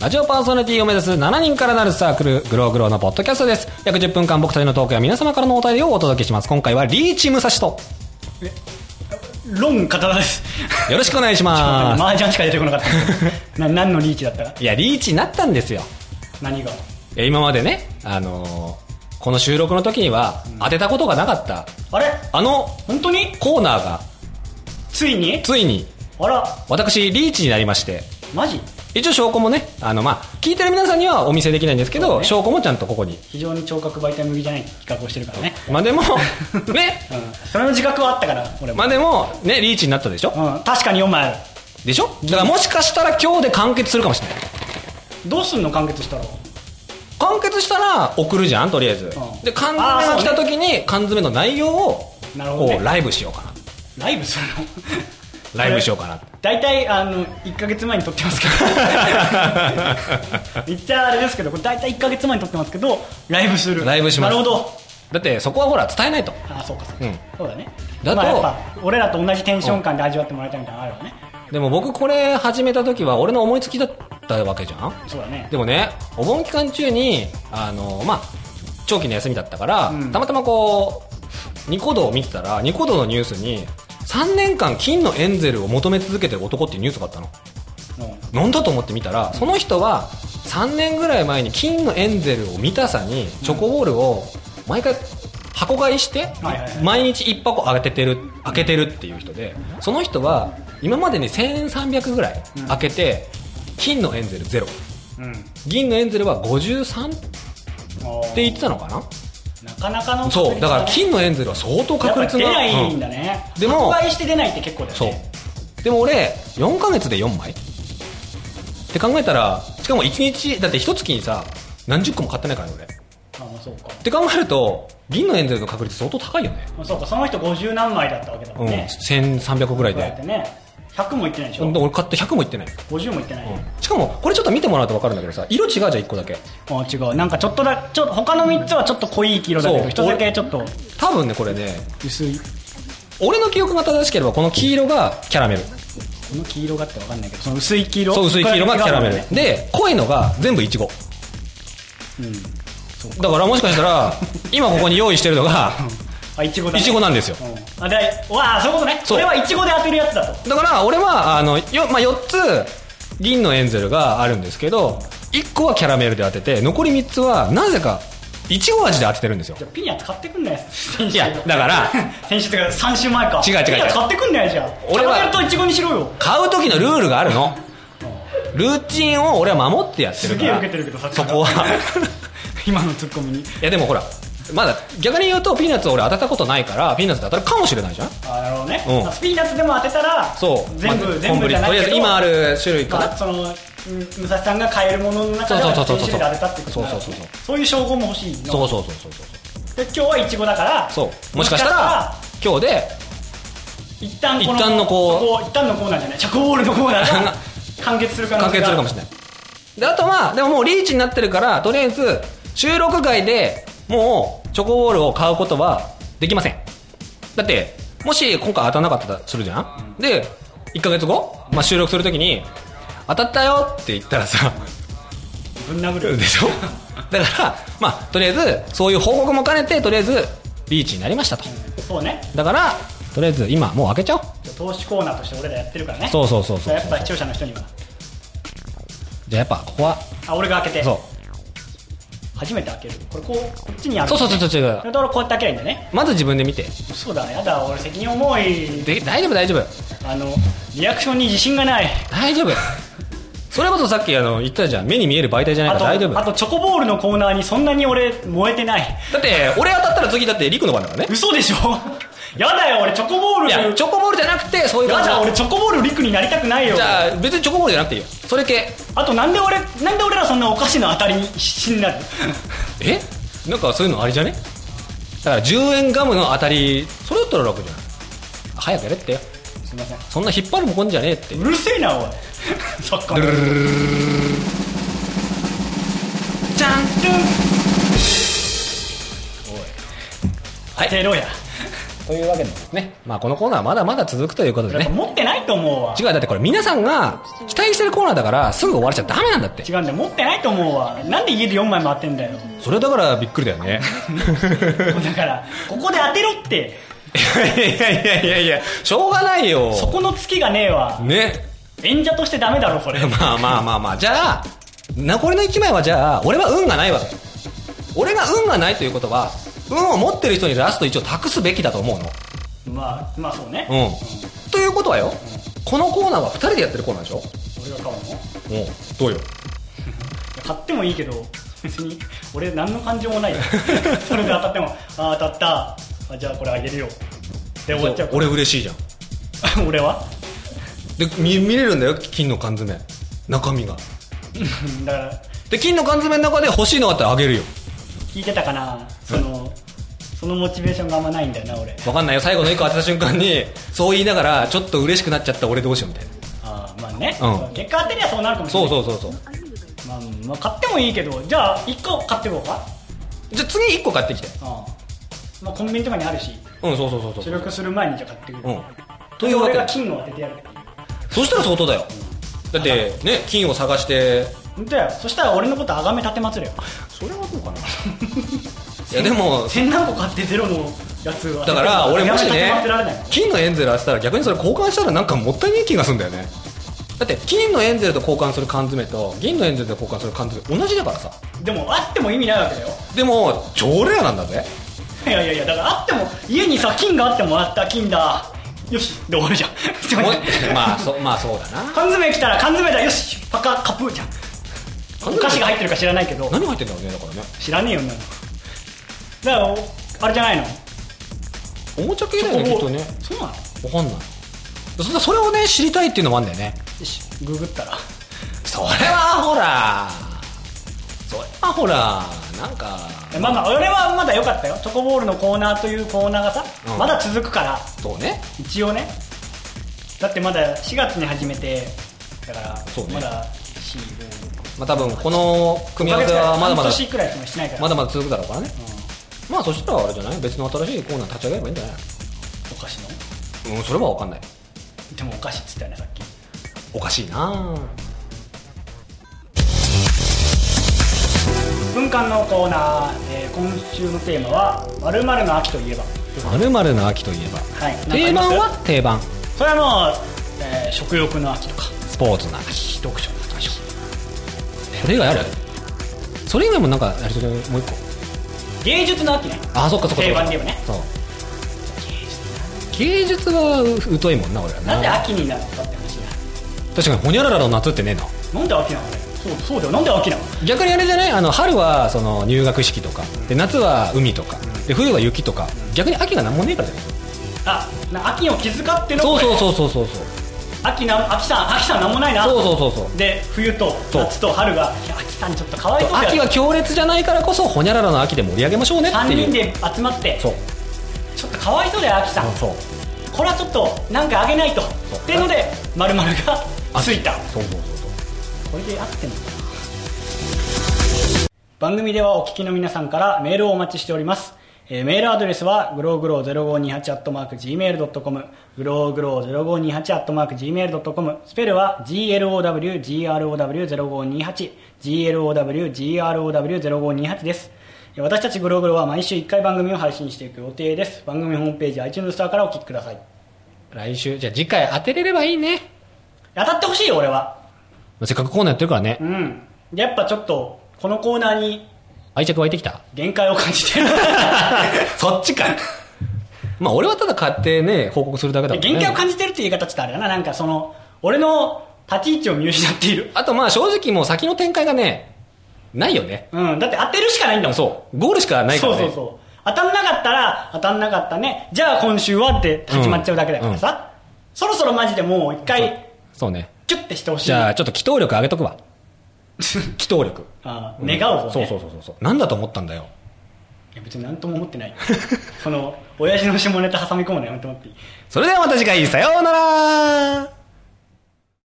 ラジオパーソナリティを目指す7人からなるサークル、グローグローのポッドキャストです。約10分間僕たちのトークや皆様からのお便りをお届けします。今回はリーチ武蔵と、ロン刀ですよろしくお願いします。 麻雀しか出てこなかった な何のリーチだったら いや、リーチになったんですよ。何がいや今までね、あのーこの収録の時には当てたことがなかった、あれあの本当にコーナーが、ついについに、あら私、リーチになりまして、マジ一応証拠もね、あの、まあ、聞いてる皆さんにはお見せできないんですけそうど、ね証拠もちゃんとここに。非常に聴覚媒体向きじゃない企画をしてるからね、まあ、 でも、ね、うん、それの自覚はあったから俺も、まあでも、ね、リーチになったでしょうん、確かに4枚あるでしょだからもしかしたら今日で完結するかもしれない。どうすんの完結したら完結したら送るじゃん、とりあえず。んで、缶詰が来た時に、缶詰の内容を、なるほどねこう、ライブしようかな。ライブするの ライブしようかな。大体あの1か月前に撮ってま すけど言っちゃあれですけどこれ大体1か月前に撮ってますけどライブするライブしますなるほどだって、そこはほら、伝えないと。あそうかそうか、うんそうだねだとまあ、やっぱ俺らと同じテンション感で味わってもらいたいみたいなのあるわねでも僕これ始めた時は、俺の思いつきだったわけじゃんそうだねでもね、お盆期間中に、あの、まあ、長期の休みだったから、んたまたまこう、ニコ動を見てたら、ニコ動のニュースに、3年間金のエンゼルを求め続けてる男っていうニュースがあったの。もなんだと思って見たら、その人は、3年ぐらい前に金のエンゼルを見たさに、チョコボールを、毎回、箱買いしてはいはいはい、毎日1箱開けてる、開けてるっていう人で、その人は、今までに1300ぐらい開けて、金のエンゼルゼロ。う、うん、っ銀のエンゼルは53ってて言ってたのかなかなかのなそうだから金金のエンゼルは相当確率な出ないんうんだね、でも発売して出ないって結構だよそねうでも俺4ヶ月で4枚って考えたらしかも1日だって1月にさ何十個も買ってないからね俺っあまあそうか、て考えると銀のエンゼルの確率相当高いよねまあ、そうかその人50何枚だったわけだうもんんね、 1300ぐらいそうやってでね100もいってないでしょ、俺買って100もいってない50もいってない、しかもこれちょっと見てもらうと分かるんだけどさ色違うじゃん1個だけあ違うなんかちょっとだちょっと他の3つはちょっと濃い黄色だけそどう一つだけちょっと多分ねこれね薄い俺の記憶が正しければこの黄色がキャラメルこの黄色がって分かんないけどその薄い黄色そう薄い黄色がキャラメル、で濃いのが全部いちごうん、だからもしかしたら今ここに用意してるのがあいちごだいねちごなんですようんあでわあそういうことねそそうれはいちごで当てるやつだとだから俺はあのよ、まあ、4つ銀のエンゼルがあるんですけど1個はキャラメルで当てて残り3つはなぜかいちご味で当ててるんですよじゃあピニャッツ買ってくんないいやだから先週とか3週前か違う違う違うピニャッツ買ってくんないじゃん俺はキャラメルといちごにしろよ買う時のルールがあるのルーチンを俺は守ってやってるすかげえら受けてるけどさっきそからこは 今のツッコミにいやでもほらまだ逆に言うとピーナッツは俺当たったことないからピーナッツで当たるかもしれないじゃんあなるほどね、うんあピーナッツでも当てたらそう全部、まあコ全ン部プじリゃないとりあえけずど今ある種類かまなあ、そのうん武蔵さんが買えるものの中でそうはそうそう全そう種類で当てたってことになるそうそうそうそそういう称号も欲しいのそうそうそうそうそうで今日はいちごだからそうもしかしたら今日で一旦この一旦のこうそ一旦のコーナーじゃないチャコボールのコーナーが完結する可能完性結がするかもしれないであとはでももうリーチになってるからとりあえず収録外でもうチョコボールを買うことはできませんだってもし今回当たんなかったとするじゃんで1ヶ月後、まあ、収録するときに当たったよって言ったらさ ぶん殴るでしょだからまあとりあえずそういう報告も兼ねてとりあえずリーチになりましたとそうねだからとりあえず今もう開けちゃおう投資コーナーとして俺らやってるからねそうそうそうそうそうやっぱ視聴者の人にはじゃあやっぱここはあ俺が開けてそう初めて開けるこれこうこっちにあるそうそうそうそう違うだからこうやって開けないいんだねまず自分で見てそうだやだ俺責任重いで大丈夫大丈夫あのリアクションに自信がない大丈夫それこそさっきあの言ったじゃん目に見える媒体じゃないかあとら大丈夫あとチョコボールのコーナーにそんなに俺燃えてないだって俺当たったら次だってリクの番だからね嘘でしょ やだよ俺チョコボーいルやチョコボールじゃなくてそういうや感じだ俺チョコボールリクになりたくないよじゃあ別にチョコボールじゃなくていいよそれ系あとなんで俺なんで俺らそんなお菓子の当たりに死になる えなんかそういうのありじゃねだから10円ガムの当たりそれだったら楽じゃない早くやれってすいませんそんな引っ張るもこんじゃねえってうるせえなおいそっかじゃんテロやというわけなんですねまあ、このコーナーはまだまだ続くということでやっぱね。持ってないと思うわ違う、だってこれ皆さんが期待してるコーナーだから、すぐ終われちゃダメなんだって違。うんだよ持ってないと思うわなんで家で4枚も当てんだよ それだからびっくりだよね。だからここで当てろっていやいやいやいや、しょうがないよ。そこの月がねえわね。演者としてダメだ ろこれまあまあまあまあ。じゃあ、残りの1枚はじゃあ、俺は運がないわけ。俺が運がないということは、運を持ってる人にラスト一応託すべきだと思うの。まあまあそうね、うん。ということはよ、このコーナーは2人でやってるコーナーでしょ俺が買うのいやうん。どうよ。買ってもいいけど別に俺何の感情もない よそれで当たってもああ当たったあじゃあこれあげるよで終わっちゃう俺嬉しいじゃん。俺俺は で、見見れるんだよ、金の缶詰。中身が。だからで、金の缶詰の中で欲しいのがあったらあげるよ。聞いてたかなそのそのモチベーションがあんまないんだよな俺わかんないよ、最後の1個当てた瞬間に、そう言いながら、ちょっと嬉しくなっちゃった俺どうしようみたいな。ああまあね、うん結果当てりゃそうなるかもしれそなういそうそうそう。まあ、まあ、買ってもいいけどじゃあ1個買ってこうかじゃあ次1個買ってきて。うんまあコンビニとかにあるしうん、そうそうそうそう。主力する前にじゃあ買ってくうる、ん。とといいううわ俺けでが、金を当ててやるそしたら相当だよ。だって、ね、金を探して、本当やそしたら俺のことあがめ立てまつれよそれはどうかな。いや、でも、千何個買ってゼロのやつはだ から、俺もしねあがめ立てまつられない、金のエンゼル当てたら逆にそれ交換したらなんかもったいない気がするんだよね。だって、金のエンゼルと交換する缶詰と、銀のエンゼルと交換する缶詰、同じだからさ。でもあっても意味ないわけだよ でも、超レアなんだぜ。いやいやいやだからあっても家にさ金があってもあった金だよしで終わるじゃん ちょっともう待ってまあ、そ、まあそうだな。缶詰来たら缶詰だよしパカカプーじゃんお菓子が入ってるか知らないけど何入ってんだろうね、だからね。知らねえよなだからおあれじゃないのおもちゃ系だよね、きっとね。そうなのわかんない。そんなそれをね、知りたいっていうのもあるんだよね。よしググったらそれはほら、それはほら、なんか、えまあまあ俺はまだ良かったよチョコボールのコーナーというコーナーがさ、うんまだ続くからそうね。一応ねだってまだ4月に始めてだからそうねまだ45まあ多分、この組み合わせはまだまだ、年くらいしかしてないからまだ、だまだ続くだろうからね。まあそしたらあれじゃない別の新しいコーナー立ち上げればいいんじゃないうんお菓子のうん、それはわかんない。でもお菓子っつったよねさっきおかしいな文館のコーナー、えー今週のテーマは「まるの秋といえば」まるまるの秋といえば。はいなんかあ定ります番は定番。それはもう、えー食欲の秋とかスポーツの秋。読書の秋とかそれ以外あるそれ以外もなんかありそうじゃないもう一個。芸術の秋ねあ、そっかそっかそっか。定番で言えばねそう。芸術はう疎いもんな、俺はな。なぜ秋になったって話だ確かに、ほにゃららの夏ってねえな。なんで秋なのねそうそうだよなんで秋なの逆にあれじゃないあの春はその入学式とかで夏は海とかで冬は雪とか逆に秋が何もねえからじゃないあな秋を気遣ってのそうそううそうそうそうそう秋な秋さん秋さんなんもないなそうそうそうそうで冬とそう夏と春がいや秋さんちょっとかわいそうだよ秋は強烈じゃないからこそほにゃららの秋で盛り上げましょうねって3いう人で集まってそうちょっとかわいそうだよ秋さんそうこれはちょっとなんかあげないとそうってのでまるまるがついたそうそうそうそうこれで合ってんのかな番組ではお聞きの皆さんからメールをお待ちしております、えーメールアドレスはグローグロー 0528-gmail.com グローグロー 0528-gmail.com スペルは glowgrow0528glowgrow0528 ですえー私たちグローグローは毎週1回番組を配信していく予定です番組ホームページ iTunes ストアからお聞きください来週じゃあ次回当てれればいいね当たってほしいよ俺はせっかくコーナーやってるからねうんやっぱちょっとこのコーナーに愛着湧いてきた限界を感 じてるそっちか まあ俺はただ買ってね報告するだけだからね限界を感じてるっていう言い方ちょっとあれだななんかその俺の立ち位置を見失っているあとまあ正直もう先の展開がねないよねうんだって当てるしかないんだもんそうゴールしかないかそらうねそうそう当たんなかったら当たんなかったねじゃあ今週はって始まっちゃうだけだからさ、そろそろマジでもう一回そうねキュッてしてほしいじゃあ、ちょっと祈祷力上げとく わ。祈祷力。あー願う方ね、そうそうそうそう。なんだと思ったんだよ。いや別に何とも思ってないその親父の下ネタ挟み込むのやめてもらっていいそれではまた次回、さようなら